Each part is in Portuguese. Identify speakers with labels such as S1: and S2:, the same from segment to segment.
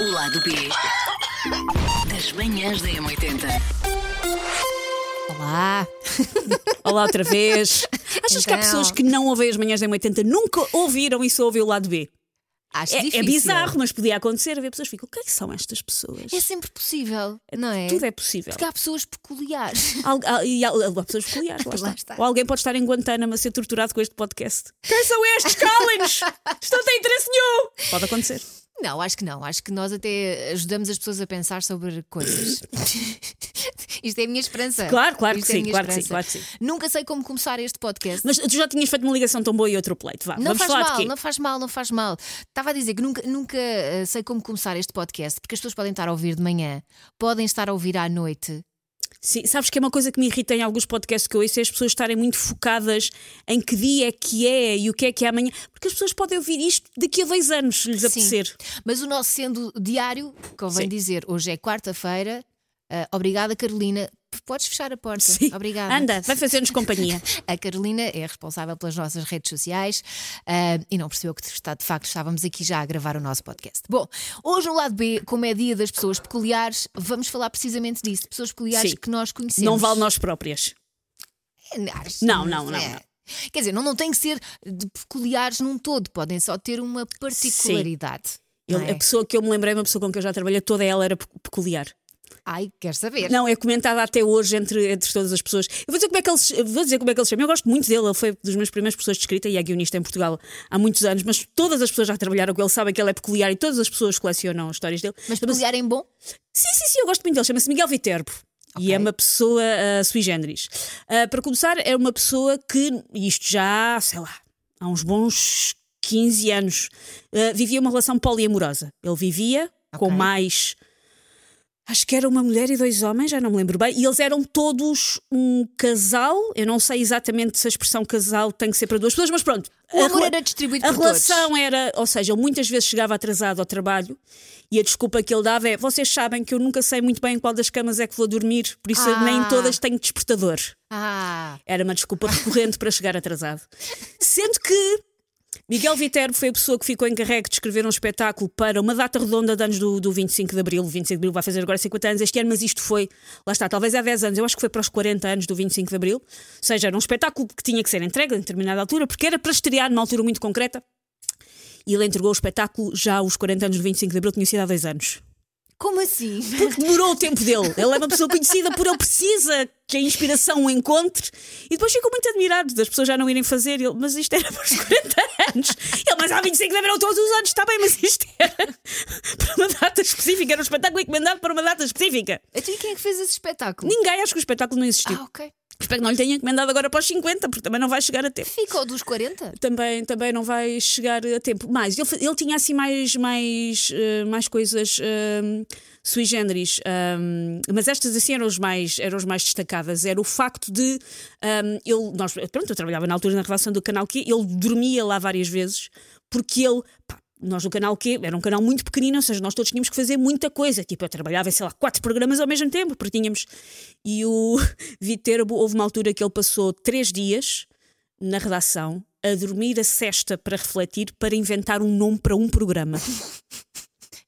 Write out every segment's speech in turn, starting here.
S1: O lado B das manhãs da M80.
S2: Olá!
S3: Olá outra vez. Achas que há
S2: Então.
S3: pessoas que não ouvem as manhãs da M80, nunca ouviram e só ouvem o lado B?
S2: Acho
S3: É, é
S2: difícil.
S3: bizarro, mas podia acontecer. Havia pessoas que ficam, quem são estas pessoas?
S2: É sempre possível, não é?
S3: Tudo é possível.
S2: Porque há pessoas peculiares.
S3: Al- al- e al- há pessoas peculiares, lá,
S2: Lá
S3: está.
S2: está.
S3: Ou alguém pode estar em Guantánamo a ser torturado com este podcast. Quem são estes? Calem-nos! Isto não tem interesse nenhum! Pode acontecer.
S2: Não, acho que não. Acho que nós até ajudamos as pessoas a pensar sobre coisas. Isto é a minha esperança.
S3: Claro, claro que
S2: Isto é a
S3: sim,
S2: minha
S3: claro que sim,
S2: esperança.
S3: claro
S2: Nunca sei como começar este podcast.
S3: Mas tu já tinhas feito uma ligação tão boa e outro pleito. Vá,
S2: Não
S3: vamos
S2: faz
S3: falar de
S2: mal,
S3: quê?
S2: não faz mal, não faz mal. Estava a dizer que nunca, nunca eh, sei como começar este podcast, porque as pessoas podem estar a ouvir de manhã, podem estar a ouvir à noite.
S3: Sim, sabes que é uma coisa que me irrita em alguns podcasts que eu ouço é as pessoas estarem muito focadas em que dia é que é e o que é que é amanhã, porque as pessoas podem ouvir isto daqui a dois anos, se lhes
S2: Sim.
S3: apetecer.
S2: Mas o nosso sendo diário, convém
S3: Sim.
S2: dizer, hoje é quarta-feira. Ah, obrigada, Carolina. P- Podes fechar a porta.
S3: Sim.
S2: Obrigada.
S3: Anda, vai fazer-nos companhia.
S2: A Carolina é responsável pelas nossas redes sociais ah, e não percebeu que está, de facto estávamos aqui já a gravar o nosso podcast. Bom, hoje no lado B, como é dia das pessoas peculiares, vamos falar precisamente disso, de pessoas peculiares
S3: Sim.
S2: que nós conhecemos.
S3: Não vale nós próprias.
S2: Acho-
S3: Não, não, não,
S2: é.
S3: não.
S2: Quer dizer, não, não tem que ser de peculiares num todo, podem só ter uma particularidade.
S3: Eu-
S2: não é?
S3: A pessoa que eu me lembrei, uma pessoa com quem eu já trabalhei, toda ela era pe- peculiar.
S2: Ai, quer saber?
S3: Não, é comentada até hoje entre, entre todas as pessoas. Eu vou dizer como é que ele se- vou dizer como é que ele se chama. Eu gosto muito dele, ele foi dos meus primeiros pessoas de escrita e é guionista em Portugal há muitos anos, mas todas as pessoas já trabalharam com ele, sabem que ele é peculiar e todas as pessoas colecionam histórias dele.
S2: Mas peculiar em bom?
S3: Sim, sim, sim, eu gosto muito dele. Chama-se Miguel Viterbo. E
S2: Ok.
S3: é uma pessoa ah, sui generis. Ah, para começar, é uma pessoa que, e isto já, sei lá, há uns bons 15 anos, ah, vivia uma relação poliamorosa. Ele vivia com
S2: Ok.
S3: mais. Acho que era uma mulher e dois homens, já não me lembro bem. E eles eram todos um casal. Eu não sei exatamente se a expressão casal tem que ser para duas pessoas, mas pronto.
S2: O
S3: A
S2: amor
S3: rela-
S2: era distribuído
S3: a
S2: por todos.
S3: relação era, ou seja, ele muitas vezes chegava atrasado ao trabalho e a desculpa que ele dava é: vocês sabem que eu nunca sei muito bem em qual das camas é que vou dormir, por isso eu
S2: Ah.
S3: nem todas tenho despertador.
S2: Ah,
S3: Era uma desculpa recorrente para chegar atrasado. Sendo que Miguel Viterbo foi a pessoa que ficou encarregue de escrever um espetáculo para uma data redonda de anos do, do 25 de Abril. O 25 de Abril vai fazer agora 50 anos este ano, mas isto foi, lá está, talvez há 10 anos, eu acho que foi para os 40 anos do 25 de Abril. Ou seja, era um espetáculo que tinha que ser entregue em determinada altura, porque era para estrear numa altura muito concreta. E ele entregou o espetáculo já aos 40 anos do 25 de Abril, tinha sido há 2 anos.
S2: como assim?
S3: Porque demorou o tempo dele. Ele é uma pessoa conhecida por ele precisa que a inspiração o encontre. E depois ficou muito admirado das pessoas já não irem fazer. Ele, mas isto era para os 40 anos. Ele, mas há 25 de abril todos os anos, está bem, mas isto era para uma data específica. Era um espetáculo encomendado para uma data específica.
S2: Então, e quem é que fez esse espetáculo?
S3: Ninguém acha que o espetáculo não existiu.
S2: Ah, ok.
S3: Espero que não lhe tenha encomendado agora para os 50, porque também não vai chegar a tempo
S2: Ficou dos 40?
S3: também, também não vai chegar a tempo. Mais, ele, fa- ele tinha assim mais, mais, eh, mais coisas ehm, sui generis, ehm, mas estas assim eram os mais, eram os mais destacadas. Era o facto de ehm, ele, nós, pronto, eu trabalhava na altura na relação do canal Q, ele dormia lá várias vezes, porque ele. pá, nós no canal Q, era um canal muito pequenino, ou seja, nós todos tínhamos que fazer muita coisa. Tipo, eu trabalhava em, sei lá, quatro programas ao mesmo tempo, porque tínhamos. E o Viterbo, houve uma altura que ele passou três dias na redação a dormir a sesta para refletir para inventar um nome para um programa.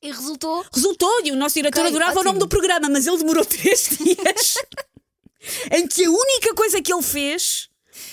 S2: E resultou?
S3: Resultou e o nosso diretor
S2: Ok,
S3: adorava o nome
S2: ótimo.
S3: do programa, mas ele demorou três dias em que a única coisa que ele fez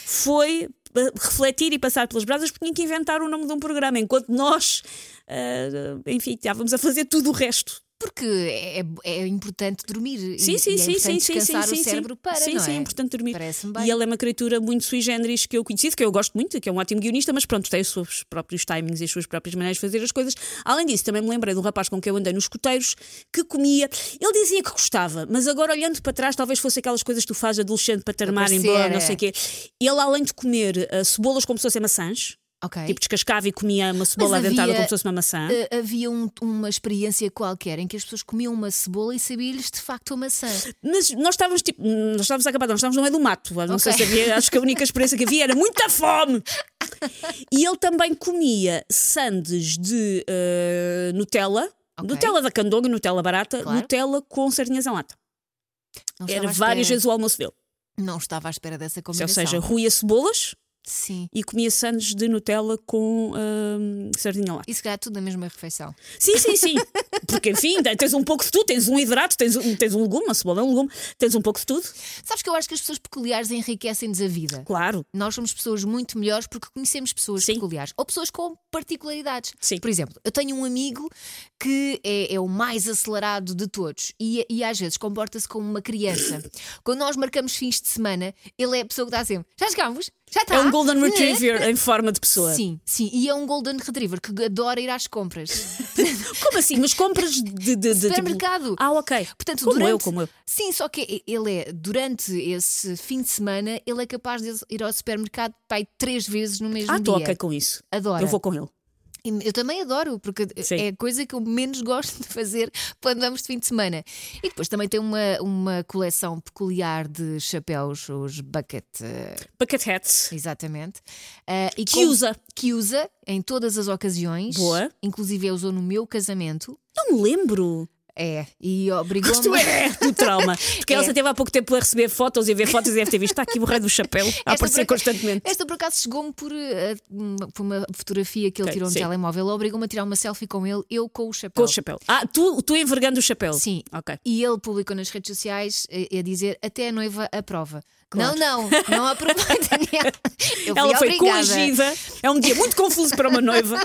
S3: foi eh, refletir e passar pelas brasas porque tinha que inventar o nome de um programa, enquanto nós, eh, enfim, estávamos a fazer tudo o resto.
S2: Porque é, é importante dormir. e-
S3: Sim, sim,
S2: e é
S3: sim,
S2: importante
S3: sim, sim, sim,
S2: descansar
S3: sim,
S2: o cérebro para,
S3: sim,
S2: não
S3: sim,
S2: é?
S3: é importante dormir.
S2: Parece-me bem.
S3: E ele é uma criatura muito sui generis que eu conheci, que eu gosto muito, que é um ótimo guionista, mas pronto, tem os seus próprios timings e as suas próprias maneiras de fazer as coisas. Além disso, também me lembrei de um rapaz com quem eu andei nos escuteiros que comia. Ele dizia que gostava, mas agora olhando para trás, talvez fosse aquelas coisas que tu fazes adolescente para te armar em
S2: parecer,
S3: bola, não
S2: é.
S3: sei o quê. Ele, além de comer ah, cebolas como se fossem maçãs,
S2: Ok.
S3: tipo descascava e comia uma cebola
S2: Mas
S3: adentada
S2: havia-
S3: como se fosse uma maçã.
S2: Ah, havia um- uma experiência qualquer em que as pessoas comiam uma cebola e sabia-lhes de facto a maçã.
S3: Mas nós estávamos tipo, nós estávamos acabados, nós estávamos no meio do mato. Não sei se
S2: Ok.
S3: havia, acho que a única experiência que havia era muita fome. E ele também comia sandes de eh, Nutella,
S2: Ok.
S3: Nutella da Candonga, Nutella barata,
S2: Claro.
S3: Nutella com sardinhas em lata.
S2: Não estava
S3: Era
S2: à
S3: várias
S2: espera-
S3: vezes o almoço dele.
S2: Não estava à espera dessa
S3: Ou
S2: combinação.
S3: seja, ruía cebolas,
S2: Sim.
S3: e comia sandes de Nutella com hum, sardinha lá.
S2: E se calhar tudo na mesma refeição.
S3: Sim, sim, sim. Porque, enfim, tens um pouco de tudo. Tens um hidrato, tens um, tens um legume, uma cebola é um legume. Tens um pouco de tudo.
S2: Sabes que eu acho que as pessoas peculiares enriquecem-nos a vida.
S3: Claro.
S2: Nós somos pessoas muito melhores porque conhecemos pessoas
S3: Sim.
S2: peculiares ou pessoas com particularidades.
S3: Sim.
S2: Por exemplo, eu tenho um amigo que é, é o mais acelerado de todos e, e às vezes comporta-se como uma criança. Quando nós marcamos fins de semana, ele é a pessoa que está sempre: já chegámos? Já está?
S3: É um golden
S2: Né?
S3: retriever em forma de pessoa.
S2: Sim, sim, e é um Golden Retriever que adora ir às compras.
S3: Como assim? Mas compras de, de, de tipo-
S2: Supermercado.
S3: Ah, ok.
S2: Portanto,
S3: como
S2: durante...
S3: eu, como eu.
S2: Sim, só que ele é, durante esse fim de semana, ele é capaz de ir ao supermercado pai, três vezes no mesmo
S3: Ah,
S2: dia.
S3: estou ok com isso.
S2: Adora.
S3: Eu vou com ele.
S2: E Eu também adoro, porque
S3: Sim.
S2: é a coisa que eu menos gosto de fazer quando vamos de fim de semana. E depois também tem uma, uma coleção peculiar de chapéus, os bucket, eh,
S3: Bucket hats.
S2: exatamente. Eh, e
S3: Que usa.
S2: Que usa em todas as ocasiões.
S3: Boa.
S2: Inclusive eu usou no meu casamento.
S3: Não me lembro.
S2: É, e obrigou-me.
S3: Isto é do trauma. Porque
S2: É.
S3: ela teve há pouco tempo a receber fotos e a ver fotos e deve ter visto. Está aqui o rei do chapéu a
S2: Esta
S3: aparecer
S2: por acaso-
S3: constantemente.
S2: Esta por acaso chegou-me por, eh, uma- por uma fotografia que ele
S3: Ok,
S2: tirou no
S3: sim.
S2: telemóvel. Ele obrigou-me a tirar uma selfie com ele, eu com o chapéu.
S3: Com o chapéu. Ah, tu, tu envergando o chapéu.
S2: Sim.
S3: Ok.
S2: E ele publicou nas redes sociais eh, a dizer até a noiva aprova.
S3: Claro.
S2: Não, não, não aprova, Daniela. Eu fui
S3: Ela foi
S2: obrigada.
S3: coagida. É um dia muito confuso para uma noiva.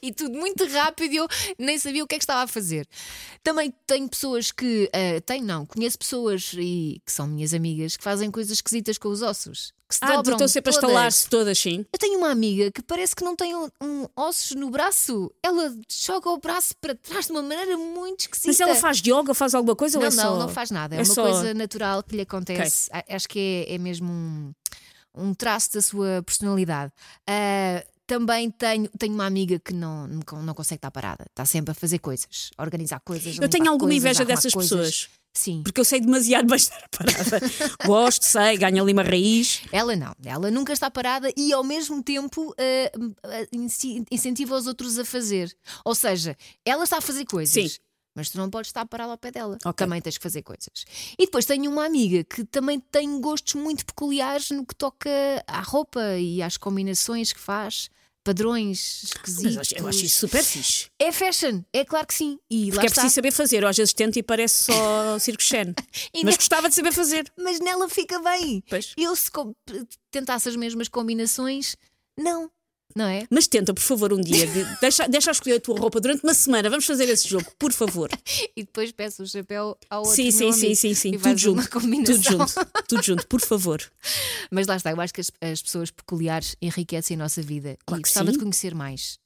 S2: E tudo muito rápido e eu nem sabia o que é que estava a fazer. Também tenho pessoas que. eh, tenho, não, conheço pessoas e que são minhas amigas que fazem coisas esquisitas com os ossos. Que se
S3: Ah,
S2: dobram
S3: estão sempre a
S2: todas.
S3: estalar-se todas, sim.
S2: Eu tenho uma amiga que parece que não tem um, um ossos no braço. Ela joga o braço para trás de uma maneira muito esquisita.
S3: Mas ela faz yoga, faz alguma coisa
S2: Não,
S3: ou é só...
S2: não, não faz nada. É,
S3: é
S2: uma
S3: só-
S2: coisa natural que lhe acontece. A- Acho que é, é mesmo um, um traço da sua personalidade. Ah, também tenho, tenho uma amiga que não, não, con- não consegue estar parada. Está sempre a fazer coisas, a organizar coisas.
S3: Eu tenho
S2: limpar
S3: alguma
S2: coisas,
S3: inveja
S2: arrumar
S3: dessas
S2: coisas.
S3: pessoas.
S2: Sim.
S3: Porque eu sei demasiado bem estar parada. Gosto, sei, ganho ali uma raiz.
S2: Ela não, ela nunca está parada e ao mesmo tempo ah, ah, inci- incentiva os outros a fazer. Ou seja, ela está a fazer coisas.
S3: Sim.
S2: Mas tu não podes estar parada ao pé dela.
S3: Ok.
S2: Também tens que fazer coisas. E depois tenho uma amiga que também tem gostos muito peculiares no que toca à roupa e às combinações que faz, padrões
S3: Mas
S2: esquisitos.
S3: eu acho- eu acho isso super fixe.
S2: É fashion, é claro que sim. E lá
S3: Porque é
S2: está.
S3: preciso saber fazer. Eu às vezes tento e parece só Circo Chen.
S2: E
S3: Mas
S2: ne-
S3: gostava de saber fazer.
S2: Mas nela fica bem.
S3: Pois.
S2: Eu se com- tentasse as mesmas combinações, não. Não é?
S3: Mas tenta, por favor, um dia. de- Deixa, deixa eu escolher a tua roupa durante uma semana. Vamos fazer esse jogo, por favor.
S2: e depois peço o chapéu ao outro.
S3: sim,
S2: meu
S3: sim, sim,
S2: amigo.
S3: sim, sim.
S2: E
S3: Tudo
S2: faz uma
S3: junto.
S2: combinação.
S3: Tudo junto. Tudo junto, por favor.
S2: Mas lá está, eu acho que as, as pessoas peculiares enriquecem a nossa vida.
S3: Claro
S2: e
S3: que
S2: gostava
S3: sim.
S2: de conhecer mais.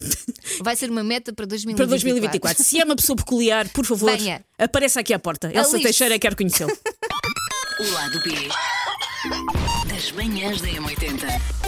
S2: Vai ser uma meta para 2024.
S3: Para 2024. Se é uma pessoa peculiar, por favor,
S2: Venha.
S3: apareça aqui à porta. Elsa
S2: Alice.
S3: Teixeira quer conhecê-lo.
S1: O lado B das manhãs da M80.